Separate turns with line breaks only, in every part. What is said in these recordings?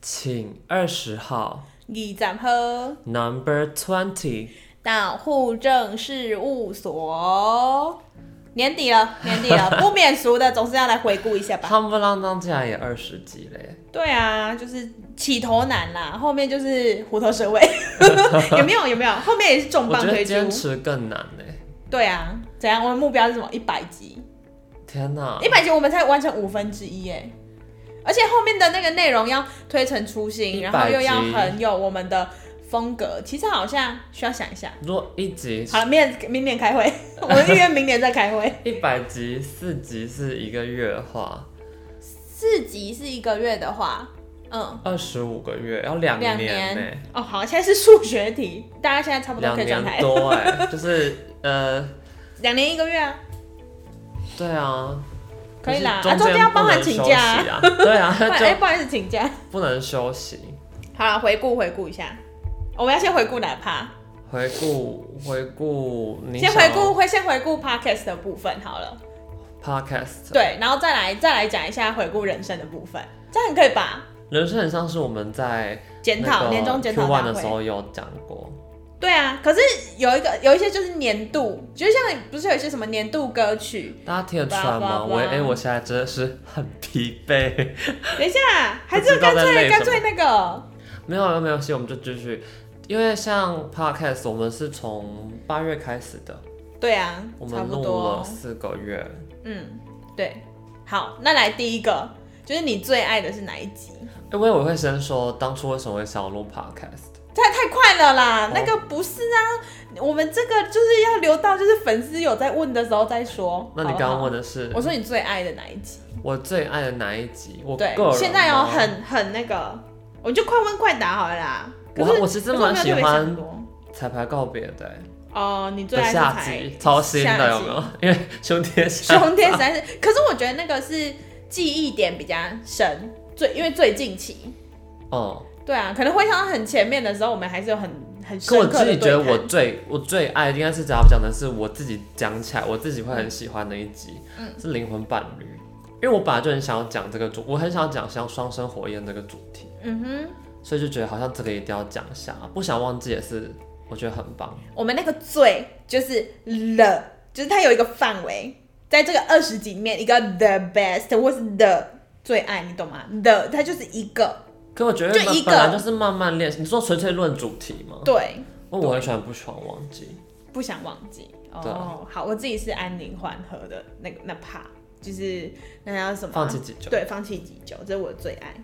请二十号
二十号
Number Twenty
到户政事务所。年底了，年底了，不免俗的，总是要来回顾一下吧。
夯不啷当竟然也二十集嘞，
对啊，就是起头难啦，后面就是虎头蛇尾， 有没有？有没有？后面也是重
我
磅
觉
推
得
出。
坚持更难嘞。
对啊，怎样？我们目标是什么？一百集，
天哪
一！百集我们才完成五分之一哎，而且后面的那个内容要推陈出新，然后又要
100集
很有我们的风格。其实好像需要想一下。
如果一集
好了，明年明年开 会，我们预约明年再开会。
一百集四集是一个月的话，
四集是一个月的话，嗯，
二十五个月要两
两
年呢、
哦，好，现在是数学题，大家现在差不多
两
可以转台
年
了，
多哎、 就是呃，
两年一个月啊，
对啊，
可以啦，
可是
啊，
中
中
间
间要包含请
不能
假、
休息啊，对 啊，
不然哎、
就
不好意思，请假。
不能休息。
好了，回顾回顾一下，我们要先回顾哪趴？
回顾回顾，你
先
想
回顾，
要
会先回顾 podcast 的部分好了，
podcast，
对，然后再来再来讲一下回顾人生的部分，这样可以吧？
人生很像是我们在
检讨、年终检讨
Q
大
one 的时
会，
候有讲过，
对啊。可是有一个有一些就是年度，就是像不是有一些什么年度歌曲？
大家听得出来
哇
吗？
哇
我
哇
哎、我现在真的是很疲惫。
等一下，还是
不知道
干
在累
脆
什么
干脆那个
没有没有，系，我们就继续，因为像 podcast 我们是从八月开始的，
对啊
我，
差
们
不
录
多
了，四个月。
嗯，对。好，那来第一个，就是你最爱的是哪一集？
因为我会先说当初为什么会想要录 podcast，
太太快了啦
哦！
那个不是啊，我们这个就是要留到就是粉丝有在问的时候再说。
那你刚刚问的是
好不好，我说你最爱的哪一集？
我最爱的哪一集？我个
对
人，啊
现在有哦
吗
很很那个，我们就快问快答好了啦。可
我
是
我其实
可是
蛮
没有
喜
特别
欢
想多
彩排告别的、欸，
哦，你最
的
爱是
下
才
集超新
下
的有
集
没有？因为兄弟下
熊天实在是， 可是我觉得那个是记忆点比较深，最因为最近期，
哦、
对啊，可能回想到很前面的时候，我们还是有很很
可
深
我
刻的
自己觉得
对
我
谈
最我最爱应该是只要讲的是我自己讲起来，我自己会很喜欢的一集，
嗯
是灵魂伴侣，因为我本来就很想要讲这个主，我很想讲像双生火焰这个主题，
嗯哼，
所以就觉得好像这个一定要讲一下，不想忘记也是我觉得很棒。
我们那个最就是了，就是它有一个范围，在这个二十集里面，一个 the best 或是 the 最爱，你懂吗？the 它就是一个
可我觉得
就
慢
一个
本来就是慢慢练习，你说纯粹论主题吗？
对，
我我很喜欢不喜欢忘记，
不想忘记。
对啊
哦，好，我自己是安宁缓和的那个那 part，就是那叫什么啊？
放弃几久？
对，放弃急救，这是我的最爱。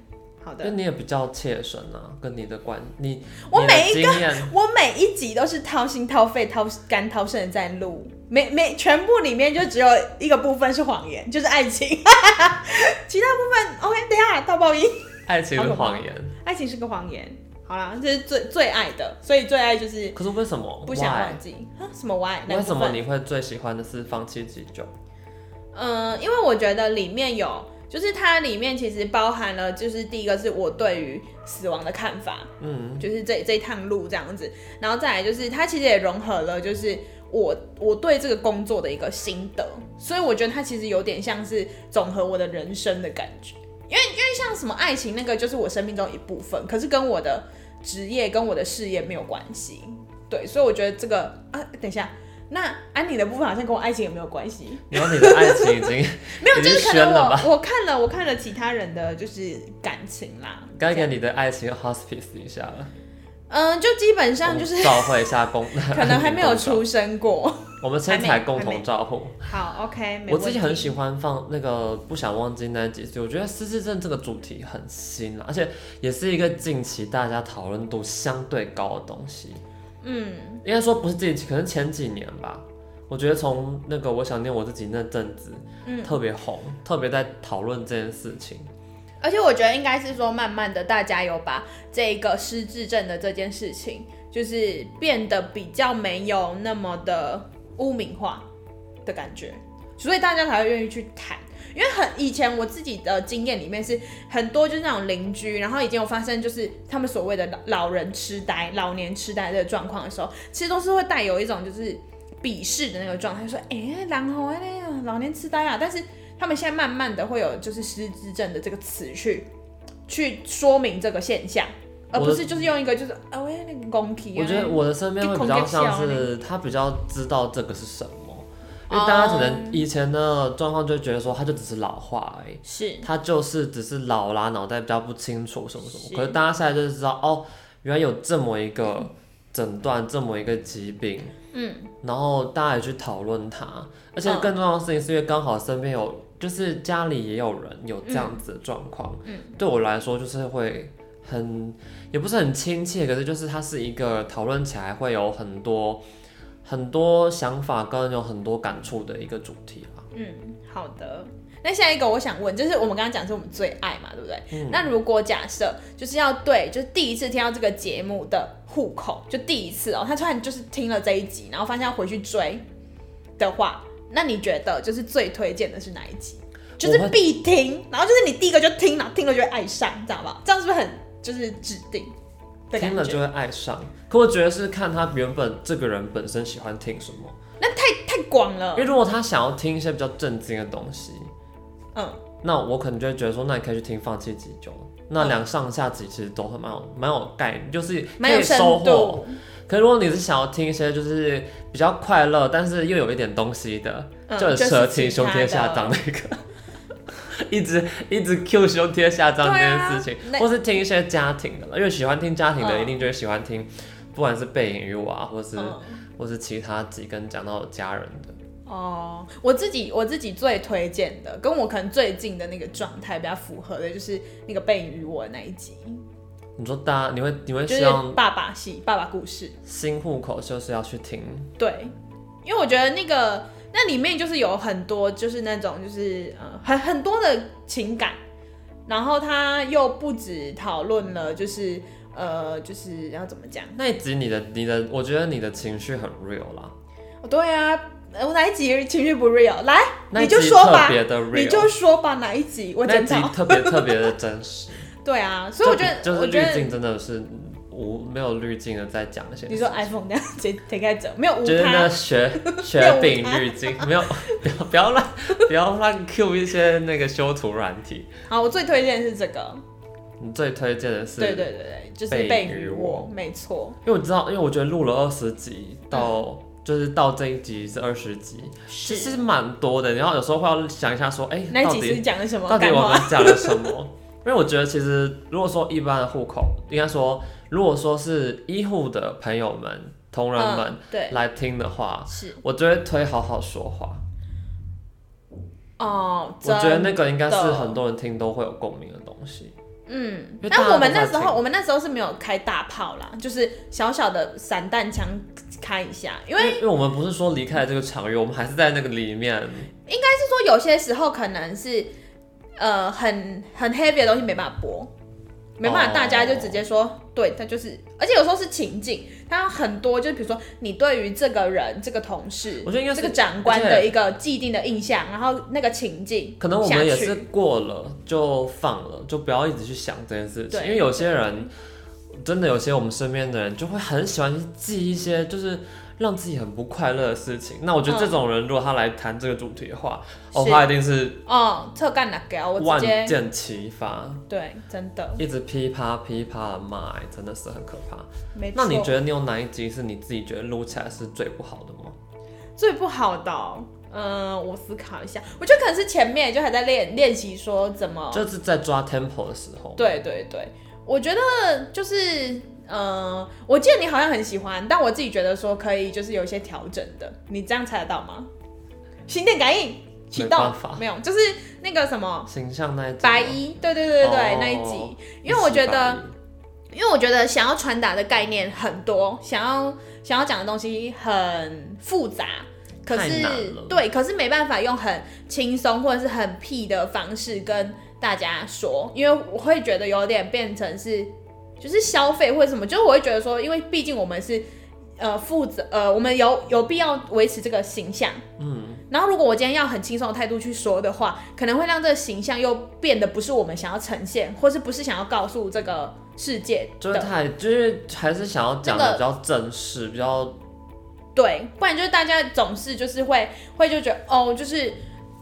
好
因为
的，
你也比较切身啊，跟你的关你
我
你的
每一
经验
我每一集都是掏心掏肺、掏肝掏肾的在录，每每全部里面就只有一个部分是谎言，就是爱情， 其他部分 OK。等一下，大爆音，
爱 情是谎言。
爱情是个谎言。好啦，这是最最爱的，所以最爱就是
可是为什么？
不想
Why？
忘记啊，什么 why？哪
为
部
什么
分
你会最喜欢的是放弃急救？
嗯，因为我觉得里面有，就是它里面其实包含了，就是第一个是我对于死亡的看法，
嗯，
就是这这一趟路这样子，然后再来就是它其实也融合了，就是我我对这个工作的一个心得，所以我觉得它其实有点像是总和我的人生的感觉，因为因为像什么爱情那个就是我生命中一部分，可是跟我的职业跟我的事业没有关系，对，所以我觉得这个啊，等一下。那安妮的部分好像跟我爱情也没有关系，
然后你的爱情已经
没有，
已
就
经
是可
宣
能
了吧？
我我看了我看了其他人的就是感情啦，
该给你的爱情 hospice 一下了，
嗯，就基本上就 是
我们照会一下公，
可能还没有
公
出生过。
照， 我们身材共同照护。
好，OK，没
我自己很
问题
喜欢放那个不想忘记那几集，我觉得失智症这个主题很新啊，而且也是一个近期大家讨论度相对高的东西。
嗯，
应该说不是近期，可能前几年吧。我觉得从那个我想念我自己那阵子，
嗯
特别红，特别在讨论这件事情。
而且我觉得应该是说，慢慢的大家有把这个失智症的这件事情，就是变得比较没有那么的污名化的感觉，所以大家才会愿意去谈。因为很以前我自己的经验里面是很多就是那种邻居，然后已经有发生就是他们所谓的老老人痴呆、老年痴呆的状况的时候，其实都是会带有一种就是鄙视的那个状态，说哎、然后哎那个老年痴呆啊，但是他们现在慢慢的会有就是失智症的这个词去去说明这个现象，而
我
不
的
是就是用一个就是啊喂那个公体啊，
我觉得我的身边会比较像是他比较知道这个是什么，因为大家可能以前的状况就觉得说他就只是老化而已，
是
他就是只是老啦，脑袋比较不清楚什么什么。
是
可是大家现在就是知道哦，原来有这么一个诊断，这么一个疾病，
嗯
然后大家也去讨论它。而且更重要的事情是因为刚好身边有，就是家里也有人有这样子的状况，
嗯
对我来说就是会很，也不是很亲切，可是就是它是一个讨论起来会有很多很多想法跟有很多感触的一个主题啦。
嗯，好的。那下一个我想问，就是我们刚刚讲是我们最爱嘛，对不对？
嗯
那如果假设就是要对，就是第一次听到这个节目的户口，就第一次哦，他突然就是听了这一集，然后发现要回去追的话，那你觉得就是最推荐的是哪一集？就是
我会
必听，然后就是你第一个就听，然后听了就会爱上，你知道吧？这样是不是很就是指定的感
听了
觉？
就会爱上，可我觉得是看他原本这个人本身喜欢听什么，
那太太广了
因为，如果他想要听一些比较震惊的东西，
嗯，
那我可能就会觉得说，那你可以去听《放弃急救》，那两上下集其实都很蛮有蛮有概念，就是可
蛮有
以
深
收获。
度，
可是如果你是想要听一些就是比较快乐，但是又有一点东西的，
嗯
就很适合听《
就是其他
胸
的
贴下章》那个。 一直一直 Q 胸贴下章这
对
件
啊
事情，
那
或是听一些家庭的啦，因为喜欢听家庭的，
嗯
一定就会喜欢听，不管是背影与我啊，或是、
嗯
或是其他几跟讲到家人的。
哦，我自己我自己最推荐的，跟我可能最近的那个状态比较符合的，就是那个背影与我的那一集，
你说大家，你会你会
就是
希望
爸爸戏、爸爸故事。
新户口就是要去听，
对，因为我觉得那个那里面就是有很多就是那种就是呃很很多的情感，然后他又不止讨论了就是呃就是要怎么讲？
那一集你的你的，我觉得你的情绪很 real 啦，
哦，对啊，呃我哪一集情绪不 real？来，
那
你
一
就
集
说吧
特别的 real，
你就说吧，哪一集我
那一
检
集 特
讨。
别特别的真实，
对啊，所以我觉得，
就比
我
就是
觉
滤
得
镜真的是无没有滤镜的在讲一些，
你说 iPhone 那样直接推开走，没有无
就是那
他，
学
没有
学
无
饼
他
滤镜，没有不要不要乱不要乱 Q 一些那个修图软体，
好，我最推荐的是这个，
你最推荐的是
对对对对，就是
被
被
与
与
我
我，没错，
因为我知道，因为我觉得录了二十集
嗯
到、就是到这一集是二十集，其实蛮多的。然后有时候会要想一下说，哎、
那一
到
集是
底
讲的什么
到底
感
我
冒？
们讲了什么？因为我觉得其实如果说一般的户口，应该说如果说是医护的朋友们、同仁们、
嗯，对，
来听的话，
是
我就会推好好说话。
哦，
我觉得
真
那个应该是
的
很多人听都会有共鸣的东西。
嗯
因为，大家
但我们
都在
那时候
听
我们那时候是没有开大炮啦，就是小小的散弹枪开一下，因
因
为
为因为我们不是说离开了这个场域，我们还是在那个里面。
是说有些时候可能是呃很很 heavy 的东西没办法播，没办法，
哦
大家就直接说、对，他就是，而且有时候是情境，它有很多就比如说你对于这个人、这个同事
我、觉得应该是
这个长官
而
的
且
一个既定的印象，然后那个情境下去，
可能我们也是过了就放了，就不要一直去想这件事情，
对
因为有些人真的有些我们身边的人就会很喜欢去记一些就是让自己很不快乐的事情。那我觉得
嗯
这种人如果他来谈这个主题的话，哦，
是
他一定是
哦，特干哪给我
万
直接
箭齐发，
对，真的
一直噼啪噼啪的骂，哎真的是很可怕。
没错。
那你觉得你有哪一集是你自己觉得录起来是最不好的吗？
最不好的哦、嗯，我思考一下，我觉得可能是前面就还在练练习说怎么
就是在抓 tempo 的时候，
对对对，我觉得就是，呃，我记得你好像很喜欢，但我自己觉得说可以，就是有一些调整的，你这样猜得到吗？心电感应启
没
动
办法
没有，就是那个什么
形象那一集吗
白衣，对对对对对、
哦
那一集，因为我觉得。因为我觉得想要传达的概念很多，想要想要讲的东西很复杂，可
太
是
难了
对，可是没办法用很轻松或者是很屁的方式跟大家说，因为我会觉得有点变成是就是消费或者什么，就是我会觉得说，因为毕竟我们是呃负责呃，我们有有必要维持这个形象，嗯，然后如果我今天要很轻松的态度去说的话，可能会让这个形象又变得不是我们想要呈现，或是不是想要告诉这个世界
就是
的，
太就是还是想要讲
那
的比
个
较正式，比较
对，不然就是大家总是就是会会就觉得哦，就是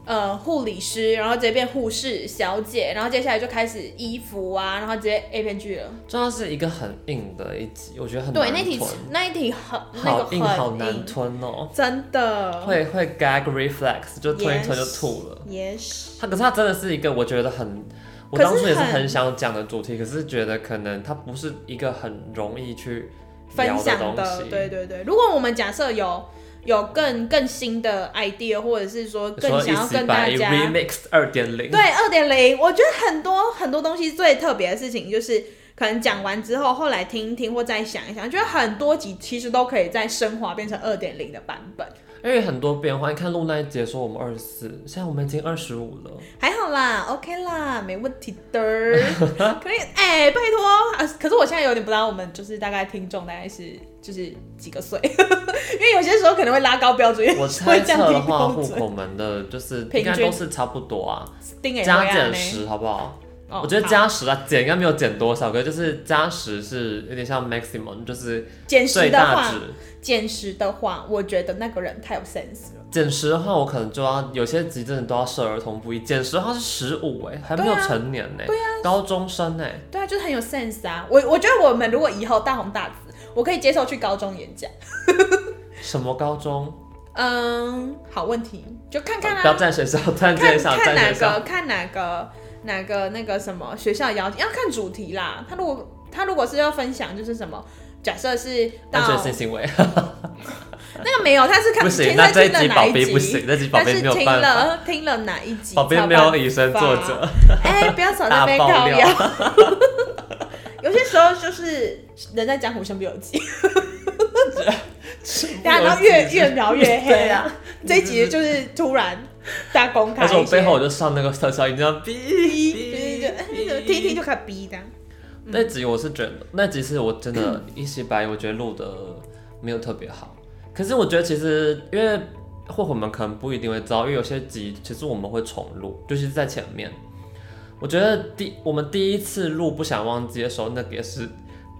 呃护理师，然后直接变护士小姐，然后接下来就开始衣服啊，然后直接 A 片剧了。
就它是一个很硬的一集，我觉得很
对，
难
那题
吞
那一题很那个
好
很
硬，好难吞哦，
真的。
会会 gag reflex，就吞一吞就吐了。
Yes。
它可是它真的是一个我觉得很，我
可是
当初也是
很
很想讲的主题，可是觉得可能它不是一个很容易去
分
聊
享
东
的，
西。
对对对。如果我们假设有有更更新的 idea，或者是说更
说
想要
一
跟
起
大
把一
家
remix 二点零，
对二点零，我觉得很多很多东西最特别的事情就是，可能讲完之后，后来听一听或再想一想，觉得很多集其实都可以再升华变成二点零的版本。
因为很多变化。你看露娜一节说我们二十四，现在我们已经二十五 了。
还好啦，OK 啦，没问题 的。可以，哎、拜托啊！可是我现在有点不知道，我们就是大概听众大概是就是几个岁， 因为有些时候可能会拉高标准，因为
我猜
会
测
降低
的话，
标
户
准。
口们的就是
平均
应该都是差不多啊，
丁也会
加
啊
减
呢
十好不好？
哦
我觉得
好
加十啊，减应该没有减多少，可是就是加十是有点像 maximum，就是
减十
最
的
大
话，
值。
减十的话，我觉得那个人太有 sense 了。
减十的话，我可能就要有些集真的都要设儿童不宜。减十的话是十五哎，还没有
对啊
成年呢、高中生哎、
对啊，就是很有 sense 啊。我我觉得我们如果以后大红大紫，我可以接受去高中演讲。
什么高中？
嗯，好问题，就看看
不要
啊，
站学校，站学
看
校，
看
站
哪
学校
个。看哪个哪个那个什么学校邀请，要看主题啦。他如果他如果是要分享，就是什么。假设是到
安全性行为
那个没有，他是看
不
听
行，
他
那这
听
一
了
集
哪
宝
一
贝
集，
不行，那集宝
但
贝
是
没有
听
办法，
了听了哪一集？
宝贝没有以身作则。。
哎、不要少在那边
大爆
靠
料
腰。有些时候就是人在江湖身不由己，大家然后越越描越黑
对啊。
这一集就是突然大公开
但
一些，
是我背后我就上那个特效音，这样哔
哔
哔
哔哔就听一听就开始逼的。
那集我是觉得，那集是我真的一洗白，我觉得录的没有特别好。可是我觉得其实因为或我们可能不一定会知道，因为有些集其实我们会重录，尤其是在前面。我觉得第我们第一次录不想忘记的时候，那个也是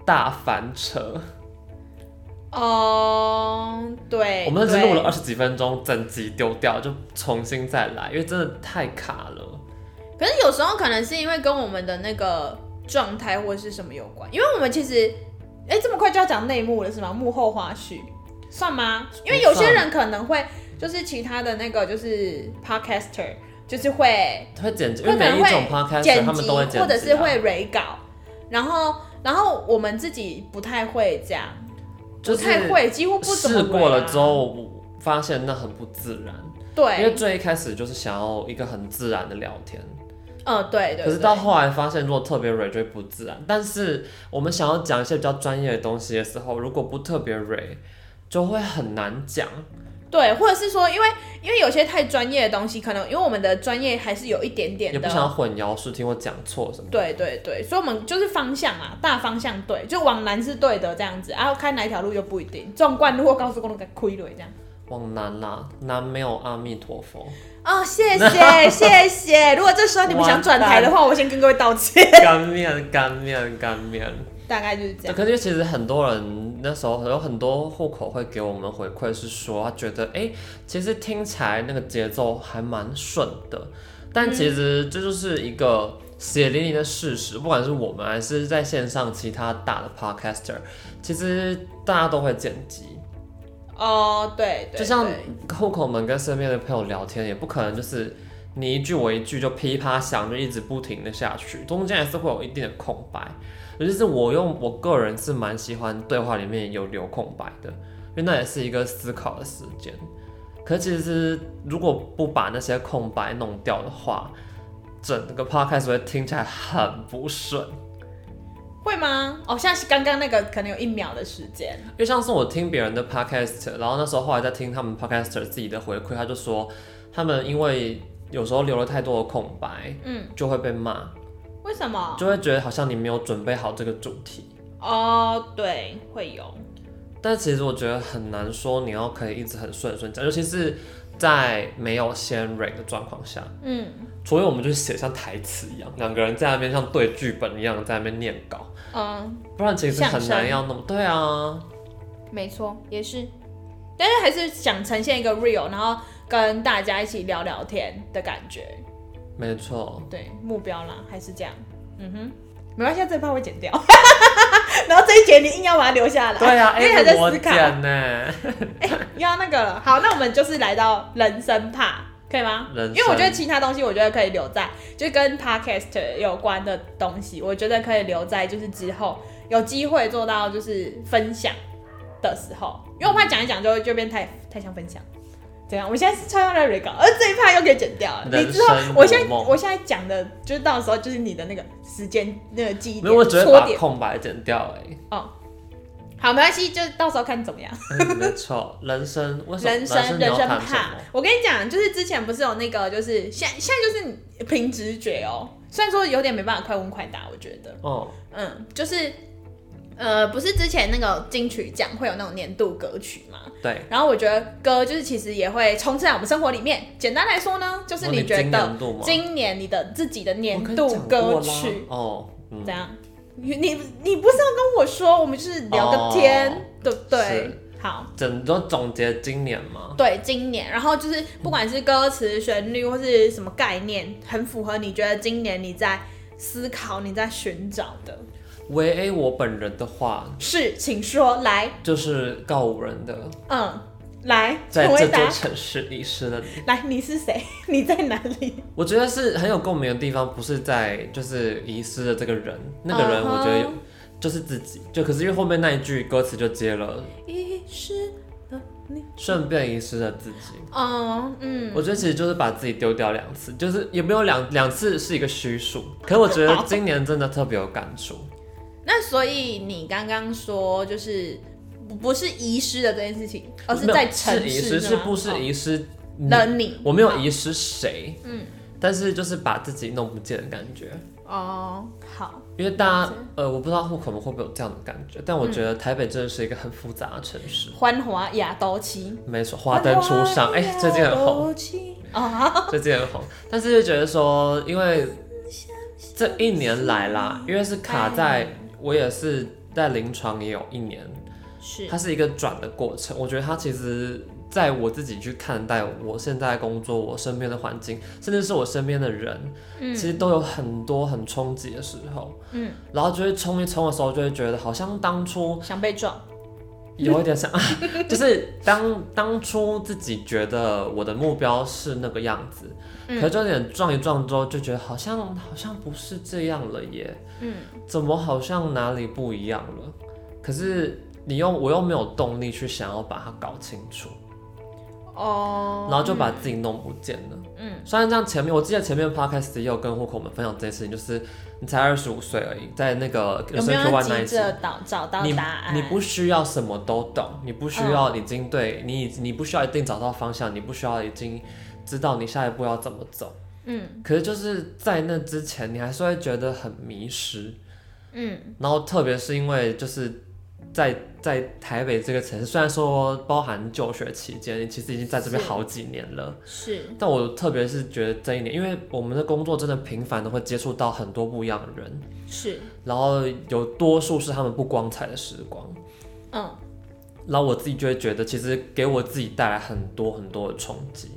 大翻车。
哦、对，
我们那集录了
对
二十几分钟，整集丢掉，就重新再来，因为真的太卡了。
可是有时候可能是因为跟我们的那个状态或是什么有关，因为我们其实，哎、这么快就要讲内幕了是吗？幕后花絮算吗？因为有些人可能会就是其他的那个就是 podcaster，就是会
会剪辑，因
会
为
可能
每一种
会
podcast
剪
他们
辑、
都会剪辑、啊，
或者是会 re 稿，然后然后我们自己不太会这样，
就是
不太会，几乎不怎么、啊
试过了之，后，我发现那很不自然。因为
对，
最一开始就是想要一个很自然的聊天，
嗯、对对对，
可是到后来发现，如果特别蕊就会不自然。但是我们想要讲一些比较专业的东西的时候，如果不特别蕊，就会很难讲。
对，或者是说，因为因为有些太专业的东西，可能因为我们的专业还是有一点点
也不
的，
想要混淆视听或讲错什么。
对对对，所以我们就是方向啊，大方向对，就往南是对的这样子，然、后开哪一条路又不一定，纵贯路或高速公路给亏了这样。
往南啦，南没有阿弥陀佛。
哦，谢 谢谢谢。如果这时候你们想转台的话，我先跟各位道歉。
干面，干面，干面。
大概就是这
对
样。
可是其实很多人那时候有很多户口会给我们回馈，是说他觉得哎、诶其实听起来那个节奏还蛮顺的，但其实这就是一个血淋淋的事实，不管是我们还是在线上其他大的 podcaster，其实大家都会剪辑，
哦，对对，
就像
对
户口们跟身边的朋友聊天，也不可能就是。你一句我一句就噼啪响，就一直不停的下去，中间还是会有一定的空白。尤其是我用我个人是蛮喜欢对话里面有留空白的，因为那也是一个思考的时间。可其实如果不把那些空白弄掉的话，整个 podcast 会听起来很不顺。
会吗？哦，像是刚刚那个可能有一秒的时间。
因为上次我听别人的 podcast，然后那时候后来在听他们 podcaster 自己的回馈，他就说他们因为有时候留了太多的空白，
嗯，
就会被骂，
为什么？
就会觉得好像你没有准备好这个主题。
哦，对，会有。
但其实我觉得很难说你要可以一直很顺顺讲，尤其是在没有先 r 的状况下，
嗯，
除非我们就写像台词一样，两个人在那边像对剧本一样在那边念稿，
嗯。
不然其实很
相
难
声
要那么对啊。
没错，也是，但是还是想呈现一个 real，然后跟大家一起聊聊天的感觉。
没错，
对，目标啦，还是这样。嗯哼，没关系，这一趴会剪 掉。然后这一节你硬要把它留下来，
对啊，
因为还在
哎，我
思考。
剪呢，
要那个了。好，那我们就是来到人生怕，可以吗？
人生
因为我觉得其他东西，我觉得可以留在，就跟 podcast 有关的东西，我觉得可以留在，就是之后有机会做到就是分享的时候，因为我怕讲一讲就会就变太太像分享。这样，我现在是穿越了 r e 而这一趴又给剪掉了。
人
你之后
生，
我现在
如梦
我现在讲的，就是到时候就是你的那个时间那个记忆
没
点
有，我只会
戳
把
点。
空白剪掉而已。
好，没关系，就到时候看怎么样。
嗯没错，人生为什么？
人生
你
人
要
生
谈什
怕
么？，
我跟你讲，就是之前不是有那个，就是现现在就是凭直觉哦、虽然说有点没办法快问快答，我觉得，
哦，
嗯，就是呃，不是之前那个金曲奖会有那种年度歌曲嘛，
对，
然后我觉得歌就是其实也会充斥在我们生活里面。简单来说呢，就是
哦
你觉
今
得
年度吗？
今年你的自己的年
我跟你
度
讲
歌
过啦
曲
哦，嗯
怎样？你你你不是要跟我说，我们就是聊个天，
哦
对不对
是？
好。
整都总结今年嘛，
对，今年，然后就是不管是歌词、旋律或是什么概念，很符合你觉得今年你在思考、你在寻找的
唯 A 我本人的话
是，请说来，
就是告五人的，
嗯，来
在
回
这座
答，
城市遗失了你。
来，你是谁？ 你在哪里？
我觉得是很有共鸣的地方，不是在就是遗失的这个人，那个人我觉得有
嗯
就是自己，就可是因为后面那一句歌词就接了，
遗失了你，
顺便遗失了自己。
嗯嗯，
我觉得其实就是把自己丢掉两次，就是也没有两两次是一个虚数，可是我觉得今年真的特别有感触。
那所以你刚刚说就是不不是遗失的这件事情，而哦是
没有
在城
是遗
市
失，
吗
是不是
哦
遗失你
了你？
我没有
好
遗失谁，嗯，但是就是把自己弄不见的感觉，
哦，好，
因为大家呃，我不知道户口们会不会有这样的感觉，但我觉得
嗯
台北真的是一个很复杂的城市。
欢华亚都期。
没错，花灯初上，哎、最近很红，
啊，
最近很红。但是就觉得说，因为这一年来啦，因为是卡在我也是在临床也有一年，
是
它是一个转的过程。我觉得它其实在我自己去看待我现在的工作、我身边的环境，甚至是我身边的人，其实都有很多很冲击的时候。
嗯，
然后就会冲一冲的时候，就会觉得好像当初
想被撞，
有一点像， 就是当当初自己觉得我的目标是那个样子，
嗯
可是就有点撞一撞之后，就觉得好像好像不是这样了耶。
嗯，
怎么好像哪里不一样了？可是你又我又没有动力去想要把它搞清楚，
哦
然后就把自己弄不见了。
嗯，
虽然这样前面我记得前面 podcast 也有跟户口们分享这件事情，就是你才二十五岁而已，在那个
有没
生 Q
有
One 那一
急
集。
着找找到
你
答案？嗯
你不需要什么都懂，你不需要已经对、你已你不需要一定找到方向，你不需要已经知道你下一步要怎么走。
嗯
可是就是在那之前，你还是会觉得很迷失。
嗯
然后特别是因为就是在在台北这个城市，虽然说包含就学期间，你其实已经在这边
是
好几年了，
是
但我特别是觉得这一年，因为我们的工作真的频繁的会接触到很多不一样的人，
是
然后有多数是他们不光彩的时光，
嗯，
然后我自己就会觉得，其实给我自己带来很多很多的冲击，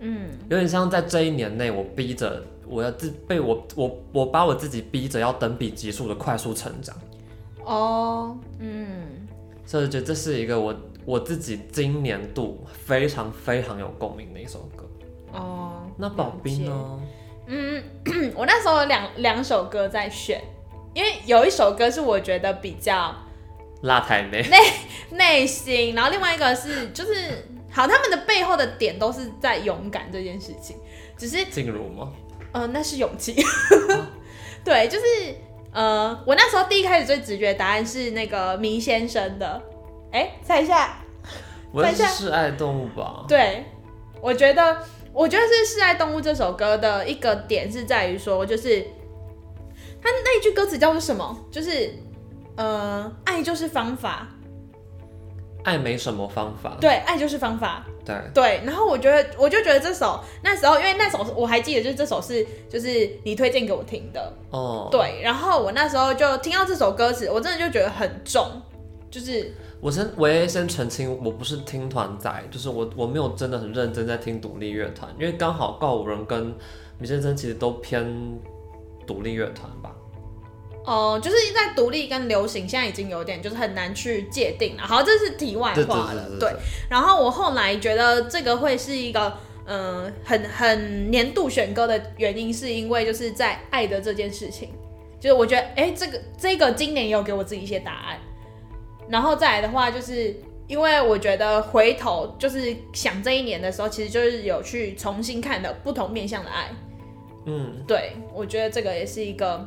嗯，
有点像在这一年内，我逼着我要自被我我我把我自己逼着要等比级数的快速成长。
哦嗯
所以我觉得这是一个我我自己今年度非常非常有共鸣的一首歌。
哦，
那宝冰呢？
嗯，我那时候有两两首歌在选，因为有一首歌是我觉得比较。
辣台妹，
内心，然后另外一个是就是好，他们的背后的点都是在勇敢这件事情，只是
静茹吗？
呃那是勇气， 对，就是呃我那时候第一开始最直觉的答案是那个迷先生的，哎、猜一下，
我
等一
是
下
是爱动物吧？
对，我觉得，我觉得是《示爱动物》这首歌的一个点是在于说，就是它那一句歌词叫做什么？就是呃，爱就是方法，
爱没什么方法。
对，爱就是方法，
对，
对，然后我觉得，我就觉得这首那时候，因为那首我还记得，就是这首是就是你推荐给我听的，
哦，
对。然后我那时候就听到这首歌词，我真的就觉得很重，就是
我先我也先澄清，我不是听团仔，就是我我没有真的很认真在听独立乐团，因为刚好告五人跟米先生其实都偏独立乐团吧。
哦、呃就是在独立跟流行现在已经有点就是很难去界定了。好，这是题外
对对对
话了。
对
对，然后我后来觉得这个会是一个，嗯、很很年度选歌的原因，是因为就是在爱的这件事情，就是我觉得，哎、这个这个今年也有给我自己一些答案。然后再来的话，就是因为我觉得回头就是想这一年的时候，其实就是有去重新看的不同面向的爱。
嗯，
对，我觉得这个也是一个，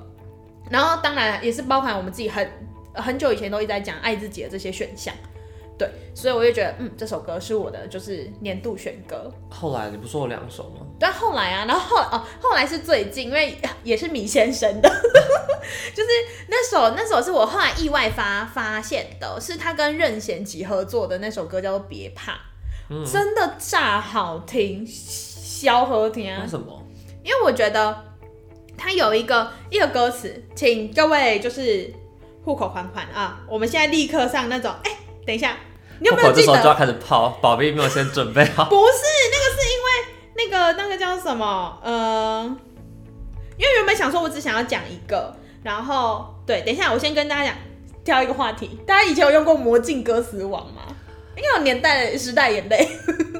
然后当然也是包含我们自己很很久以前都一直在讲爱自己的这些选项，对，所以我就觉得，嗯，这首歌是我的就是年度选歌。
后来你不说有两首吗？
但后来啊，然后后哦，后来是最近，因为也是米先生的， 就是那首那首是我后来意外发发现的，是他跟任贤齐合作的那首歌叫做《别怕》，真的炸好听，萧和听啊
为，什么？
因为我觉得它有一个一个歌词，请各位就是户口款款啊，我们现在立刻上那种，哎、等一下，你有没有
这
记
时候就要
得？
开始跑，宝贝没有先准备好。
不是，那个是因为那个那个叫什么？呃，因为原本想说我只想要讲一个，然后对，等一下我先跟大家讲挑一个话题，大家以前有用过魔镜歌词网吗？应该有年代时代眼泪。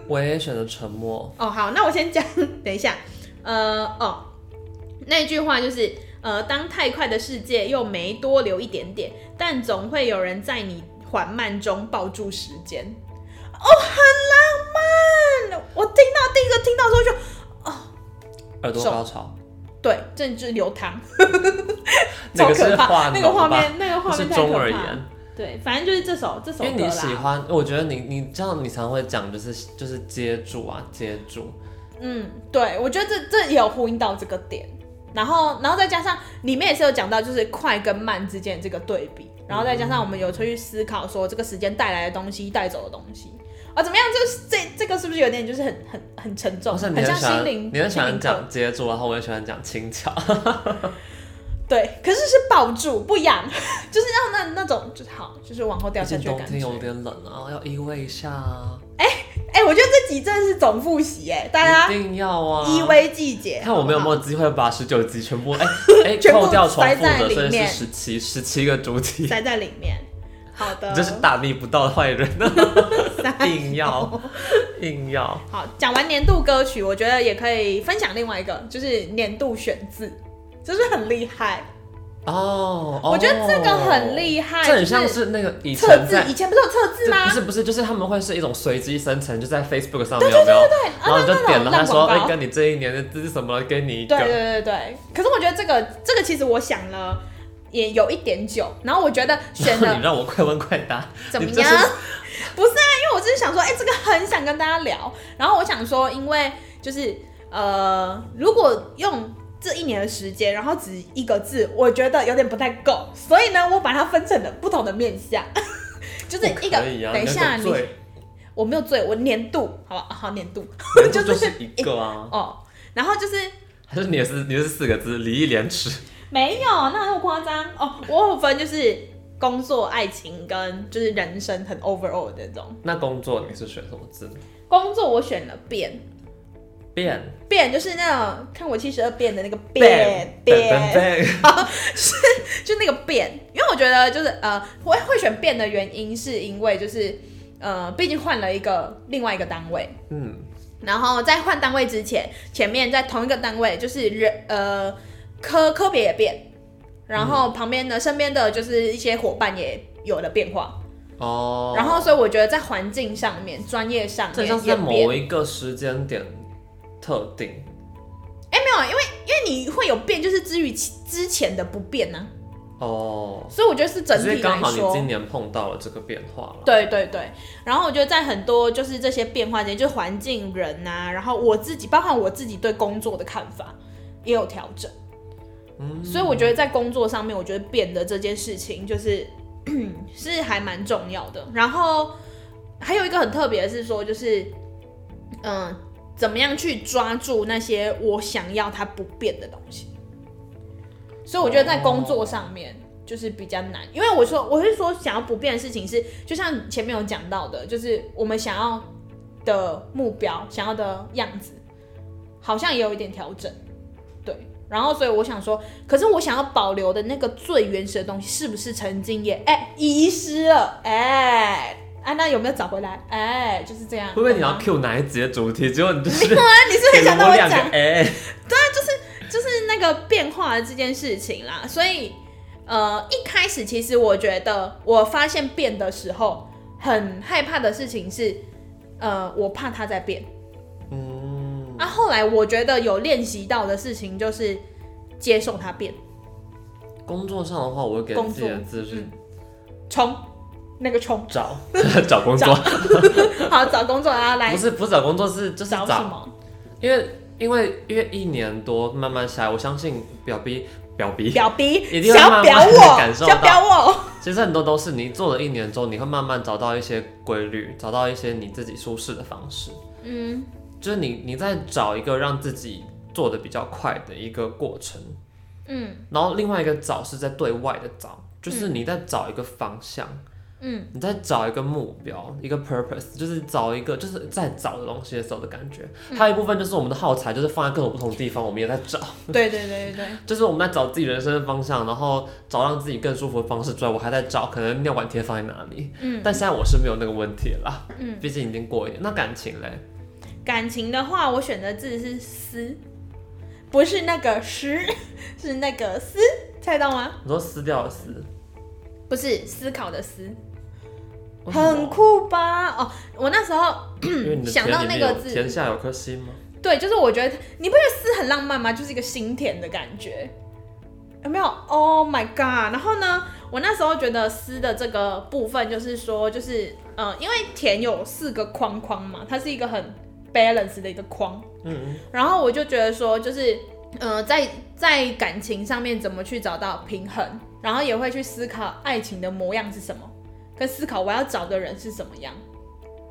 我也选择沉默。
哦，好，那我先讲， 等一下，呃，哦，那句话就是，呃，当太快的世界又没多留一点点，但总会有人在你缓慢中抱住时间。哦，很浪漫。我听到第一个听到之后就
耳朵
手
高 潮，
对，政治流淌，
那个
超可
是
怕，
画
那个画
脓吧
面，那个画
是
面太
中
可
耳
怕。
炎。
对，反正就是这首这首
因为
歌
你喜
啦。
欢，我觉得你你这样你常会讲就是就是接住啊接住，
嗯，对，我觉得这这也有呼应到这个点，然后然后再加上里面也是有讲到就是快跟慢之间的这个对比，然后再加上我们有去思考说这个时间带来的东西带走的东西啊怎么样？就是这这个是不是有点就是很很很沉重，
好哦像你
很
很
像
喜
心
欢
灵
你很喜
心
欢
灵
讲
课
接住，然后我也喜欢讲轻 巧。
对，可是是抱住不痒，就是要那那种就是好就是往后掉
毕
下
竟
去的
冬
感
天
觉。
有点冷啊，要依偎一下啊，
哎、我觉得这集真的是总复习哎、大家
一定要啊，
依。偎季节。
看我们有没
好不好
有机会把十九集全 部哎哎
全部
扣掉重
塞
复
在
的，
里
所以是
面
十七十七个主题，
塞在里面？好的，
你真是大逆不道的坏人，
塞
硬要硬 要。
好，讲完年度歌曲，我觉得也可以分享另外一个，就是年度选字，就是很厉害。
哦，
我觉得这个很
害，
厉害，
这很像
就是
是那个以
测
前
字
在，。
以前不是有测字
这
吗
不？是不是，就是他们会是一种随机生成，就在 Facebook 上面有没有？然后你就点了，
啊哦那
他
种
说：“
烂
哎
广，告
跟你这一年的字是什么？给你一
对对
个。
对对对。可是我觉得这个这个其实我想了也有一点久，然后我觉得”选
然后
的
你让我快问快答，
怎么
你
样？
这是
不是啊，因为我只是想说，哎、这个很想跟大家聊。然后我想说，因为就是呃，如果用这一年的时间，然后只一个字，我觉得有点不太够，所以呢，我把它分成了不同的面向， 就是
不
一个。
可以啊！
等一下，
你
你
有点
我没有醉，我年度，好吧，好年度
罪
就
就是是一个啊，
哦。然后就是
还是你也是你也是四个字，礼义廉耻。
没有，那那么夸张哦。我有分就是工作、爱情跟就是人生很 overall 的那种。
那工作你是选什么字？
工作我选了变，
变
变就是那种看我七十二变的那个变
变变
变，
变，
就那个变。因为我觉得就是呃，会会选变的原因是因为就是呃，毕竟换了一个另外一个单位，
嗯，
然后在换单位之前，前面在同一个单位就是人呃科科别也变，然后旁边的身边的就是一些伙伴也有了变化，
哦，
然后所以我觉得在环境上面、专业上
这
面
像是
也
在
变
某。一个时间点特定，
哎、没有，因为因为你会有变，就是至于其之前的不变呢、啊
哦，
所以我觉得是整
所以
体
刚
来
好你今
说，
年碰到了这个变化了。
对对对。然后我觉得在很多就是这些变化间，就是环境、人啊，然后我自己，包含我自己对工作的看法也有调整。
嗯
所以我觉得在工作上面，我觉得变的这件事情就是 是还蛮重要的。然后还有一个很特别的是说，就是嗯、怎么样去抓住那些我想要它不变的东西。所以我觉得在工作上面，就是比较难，因为我说我是说想要不变的事情是，就像前面有讲到的，就是我们想要的目标、想要的样子，好像也有一点调整，对。然后所以我想说，可是我想要保留的那个最原始的东西，是不是曾经也哎、遗失了？哎、啊，那有没有找回来？哎、就是这样。
会不会你要
懂吗
Q 哪一集的主题？结果你就是
啊？ 你是不是
给
很想
了
到
我
我
两个
讲？
哎，
就是那个变化的这件事情啦。所以，呃，一开始其实我觉得我发现变的时候，很害怕的事情是，呃，我怕它在变。
嗯，
啊，后来我觉得有练习到的事情就是接受它变，
工作上的话，我会给自己的字是
冲，那个冲，
找 找工作，
好找工作啊，来
不是不是找工作，是就是
找什
找，
么？
因为因为因为一年多慢慢下来，我相信表逼表逼，
表逼
一，定会
想
慢慢
表
感
我，
受
想
到
表我，
其实很多都是你做了一年之后，你会慢慢找到一些规律，找到一些你自己舒适的方式。
嗯，
就是你你在找一个让自己做的比较快的一个过程，
嗯
然后另外一个找是在对外的找，就是你在找一个方向，
嗯，
你在找一个目标，一个 purpose，就是找一个就是在找的东西的时候的感觉。
嗯
还有一部分就是我们的耗材，就是放在各种不同地方，我们也在找，
对对对对对，
就是我们在找自己人生的方向，然后找让自己更舒服的方式之外，我还在找可能尿管贴放在哪里。
嗯
但现在我是没有那个问题了啦，
嗯。
毕竟已经过一年。那感情嘞，
感情的话，我选的字是思，不是那个诗， 是那个思，猜到吗？
你说撕掉了撕，
不是思考的思，
为什
很
么
酷吧？哦，我那时候
因为你的
想
田
到
里面
那个
有
字
田下有颗心吗？
对，就是我觉得你不觉得思很浪漫吗？就是一个心田的感觉，有没有？Oh my god！然后呢，我那时候觉得思的这个部分就是说，就是呃，因为田有四个框框嘛，它是一个很 balance 的一个框，
嗯，
然后我就觉得说，就是呃，在在感情上面怎么去找到平衡，然后也会去思考爱情的模样是什么，跟思考我要找的人是什么样。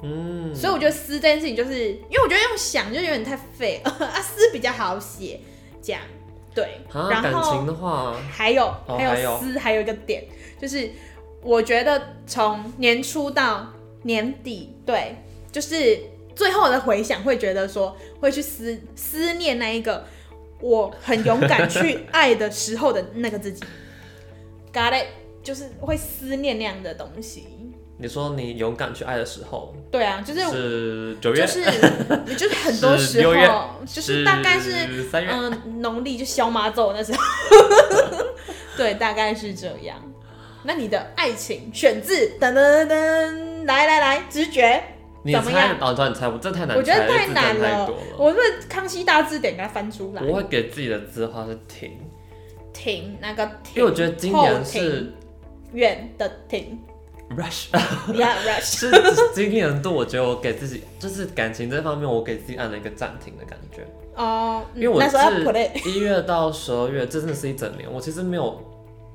嗯，
所以我觉得思这件事情，就是因为我觉得用想就有点太废了 啊，思比较好写，这样对。
啊，
然
感
后
情的话，
还有、
哦
还
还有
有思，还有一个点，就是我觉得从年初到年底，对，就是最后的回想会觉得说会去思思念那一个我很勇敢去爱的时候的那个自己，got it，就是会思念那样的东西。
你说你勇敢去爱的时候
对啊，就是
是九月
就，是就是很多
是
时
六月
候，就是大概是
三月。
嗯，农历就消妈咒那时候， 对，大概是这样。那你的爱情选自噔噔噔，来来来，直觉，
你
怎么
猜
样
哦，对，你猜不，这太难猜了，
我觉得太
这字
难
真的
了
太多了。
我是不是康熙大字典给它翻出来，
我会给自己的字的话是停，
停那个停，
因为我觉得今
后
年
停
是
远的停
rush，
，Yeah rush，
是今年度我觉得我给自己就是感情这方面，我给自己按了一个暂停的感觉，
哦，
因
嗯
为我
那时候要 put it，
是一月到十二月，这真的是一整年，我其实没有，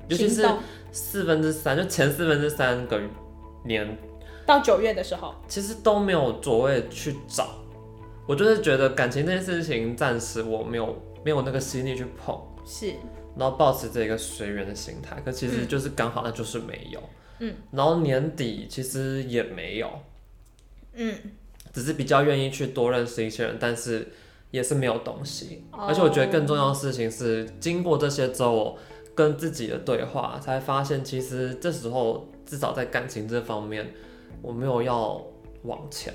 尤其
行
是
动
四分之三，就前四分之三个年
到九月的时候，
其实都没有所谓去找，我就是觉得感情这件事情暂时我没有没有那个心力去碰，
是
然后保持这个随缘的心态。可其实
嗯
就是刚好那就是没有，
嗯，
然后年底其实也没有，
嗯，
只是比较愿意去多认识一些人，但是也是没有东西。
哦
而且我觉得更重要的事情是，经过这些之后，我跟自己的对话，才发现其实这时候至少在感情这方面，我没有要往前。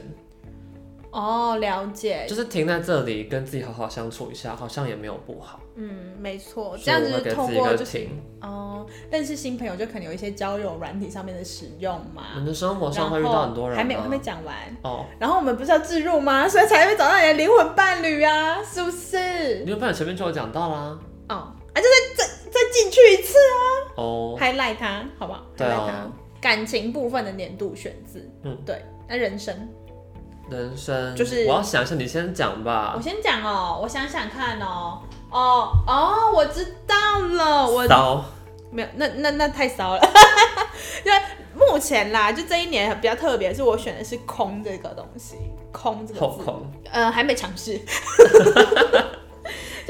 哦，了解，
就是停在这里，跟自己好好相处一下，好像也没有不好。
嗯，没错，这
所以
样
我会
子
给
透
自己一
过
个
就是
停。
哦，认识新朋友就可能有一些交友软体上面的使用
你
嘛。
的生活
啊然
上
后
会遇到很多人吗
还没还没讲完。
哦，
然后我们不是要自入吗？ 所以才会找到你的灵魂伴侣啊，是不是？
你有朋友前面就有讲到啦。
哦，啊，就再再再进去一次
哦，
，highlight 它，好不好？
对啊
highlight 它。感情部分的年度选字，
嗯，
对。那人生，
人生
就是
我要想一下，你先讲吧
我。先讲哦，我想想看哦，哦哦，我知道了，我
刀，
没有，那那那太骚了。 因为目前啦，就这一年比较特别，是我选的是“空”这个东西，“空”这个
后
字，
空，
呃，还没尝试。就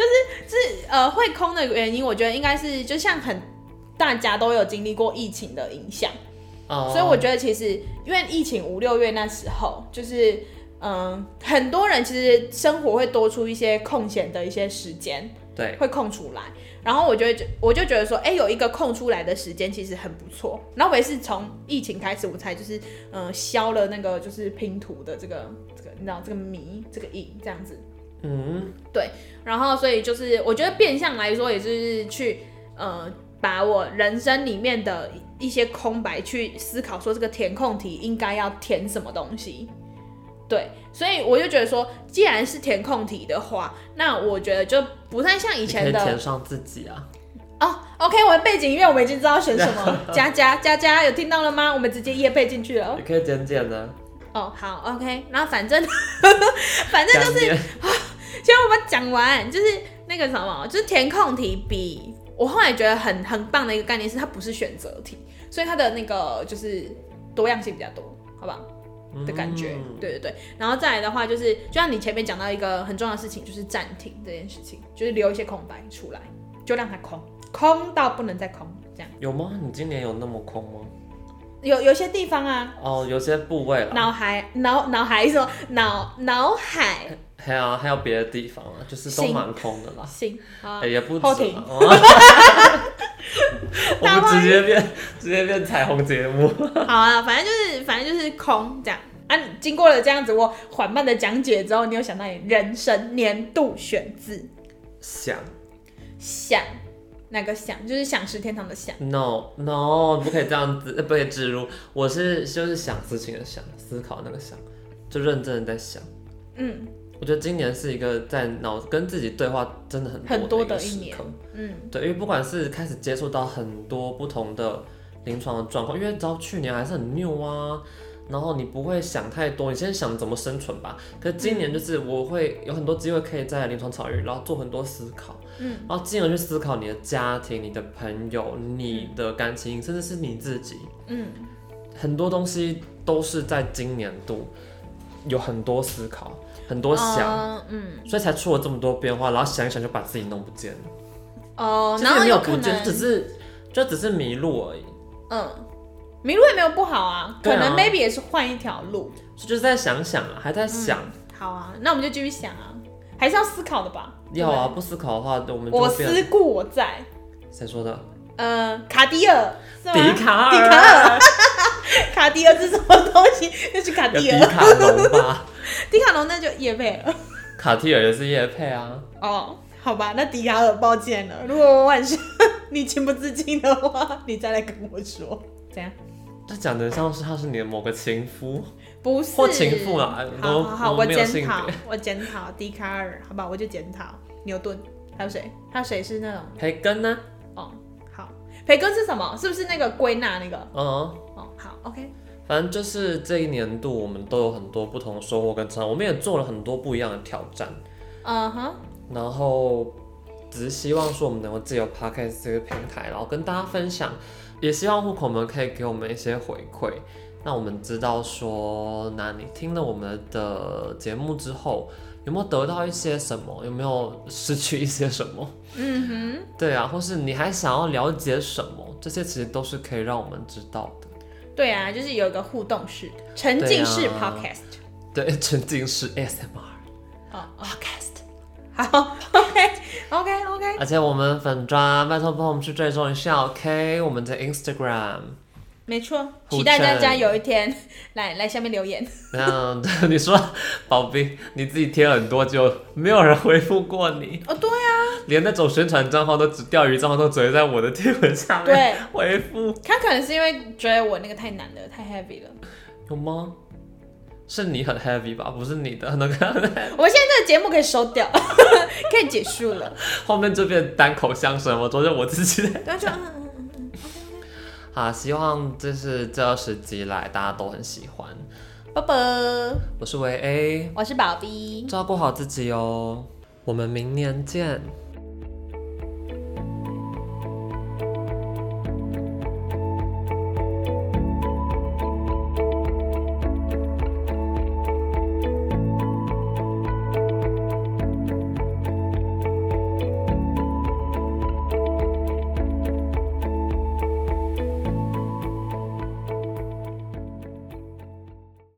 是是呃，会空的原因，我觉得应该是就像很大家都有经历过疫情的影响，
啊
所以我觉得其实因为疫情五六月那时候，就是嗯，很多人其实生活会多出一些空闲的一些时间，
对，
会空出来。然后我就会觉我就觉得说，哎、有一个空出来的时间其实很不错。然后我也是从疫情开始，我才就是嗯、呃消了那个就是拼图的这个这个你知道这个谜这个瘾这样子。
嗯，
然后所以就是我觉得变相来说，也就是去呃把我人生里面的一些空白去思考，说这个填空题应该要填什么东西。对，所以我就觉得说，既然是填空题的话，那我觉得就不太像以
以
前
填
的
上自己啊，
哦。OK，我的背景音乐我们已经知道选什么，佳佳佳佳有听到了吗？我们直接夜配进去了。
也可以简简的，
哦，好，OK，然后反正 反正
感
就是
觉
先我们讲完，就是那个什么，就是填空题比我后来觉得很很棒的一个概念是，它不是选择题，所以它的那个就是多样性比较多，好不好？的感觉，
嗯
对对对。然后再来的话，就是就像你前面讲到一个很重要的事情，就是暂停这件事情，就是留一些空白出来，就让它空，空到不能再空，这样。
有吗？你今年有那么空吗？
有有些地方啊，
哦，有些部位啦，
脑海脑脑海什么脑脑海
还有啊还有别的地方啊，就是都
行
蛮空的啦。
行好啊
哎，，也不止
后庭
啊。哦我
大
们
话
直接变直接变彩虹节目，
好啊，反正就是反正就是空这样啊。经过了这样子我缓慢的讲解之后，你有想到你人生年度选字
想
想哪个想？就是想食天堂的想。
no no 不可以这样子，呃不可以植入。我是就是想事情的想，思考那个想，就认真的在想。
嗯
我觉得今年是一个在脑跟自己对话真的很
很多
的
的一
时
年
刻。
嗯，
对，因为不管是开始接触到很多不同的临床的状况，因为到去年还是很 new 啊，然后你不会想太多，你先想怎么生存吧。可是今
嗯
年就是我会有很多机会可以在临床场域，然后做很多思考，
嗯，
然后进而去思考你的家庭、你的朋友、你的感情，甚至是你自己，
嗯，
很多东西都是在今年度有很多思考，很多想。
呃嗯
所以才出了这么多变化，然后想一想就把自己弄不见了。
哦，
其
然
实也
后
没有
可
不见，
能
只是就只是迷路而已。
嗯，迷路也没有不好啊，
对
可
啊
能 maybe 也是换一条路。
所以就是在想想啊，还在想。
好啊，那我们就继续想啊，还是要思考的吧。
要啊，不思考的话，我们就
嗯对不对，我
变。
思故我在。
谁说的？
呃，卡迪尔是吗？
笛卡尔，
笛啊卡尔， 卡迪尔是什么东西？ 那是卡
有
迪
笛
尔，
卡侬吧？
迪卡侬那就叶贝尔。
卡蒂尔也是叶配啊。
哦，好吧，那迪卡尔抱歉了。如果晚上 你情不自禁的话，你再来跟我说，怎样？
这讲的像是他是你的某个情夫，
不是
或情妇啦
好
我
好好，
我
我
没有
检
性
讨
别，
我检讨笛卡尔，好吧，我就检讨牛顿，还有谁？还有谁是那种？
培根啊呢？
哦，好，培根是什么？是不是那个归纳那个？
嗯，
哦，好，OK，
反正就是这一年度我们都有很多不同的收获跟成长，我们也做了很多不一样的挑战。
嗯哼，
然后只是希望说我们能够借由 podcast 这个平台，然后跟大家分享，也希望户口们可以给我们一些回馈，让我们知道说，那你听了我们的节目之后，有没有得到一些什么，有没有失去一些什么？
嗯哼。
对啊，或是你还想要了解什么？这些其实都是可以让我们知道的。
对啊，就是有一个互动式、沉浸式
对啊
podcast。
对，沉浸式 ASMR。
哦
Podcast，
好，OK OK OK。
而且我们粉砖，拜托帮我们去追踪一下，OK？我们的 Instagram，
没错，
互
期待大家
称
有一天来来下面留言。
嗯，对 你说宝贝，你自己贴很多就没有人回复过你，
哦，对
连那种宣传账号都只钓鱼账号都只会在我的贴文下面
对，
回复，
他可能是因为觉得我那个太难了，太 heavy 了。
有吗？是你很 heavy 吧？不是你的 那个，
我们现在这个节目可以收掉， 可以结束了。
后面这边单口相声，我昨天我自己 的。
对，就嗯嗯嗯嗯
好，希望就是这二十集来大家都很喜欢。
嗯，拜拜。
我是维 A，
我是宝 B，
照顾好自己哦，我们明年见，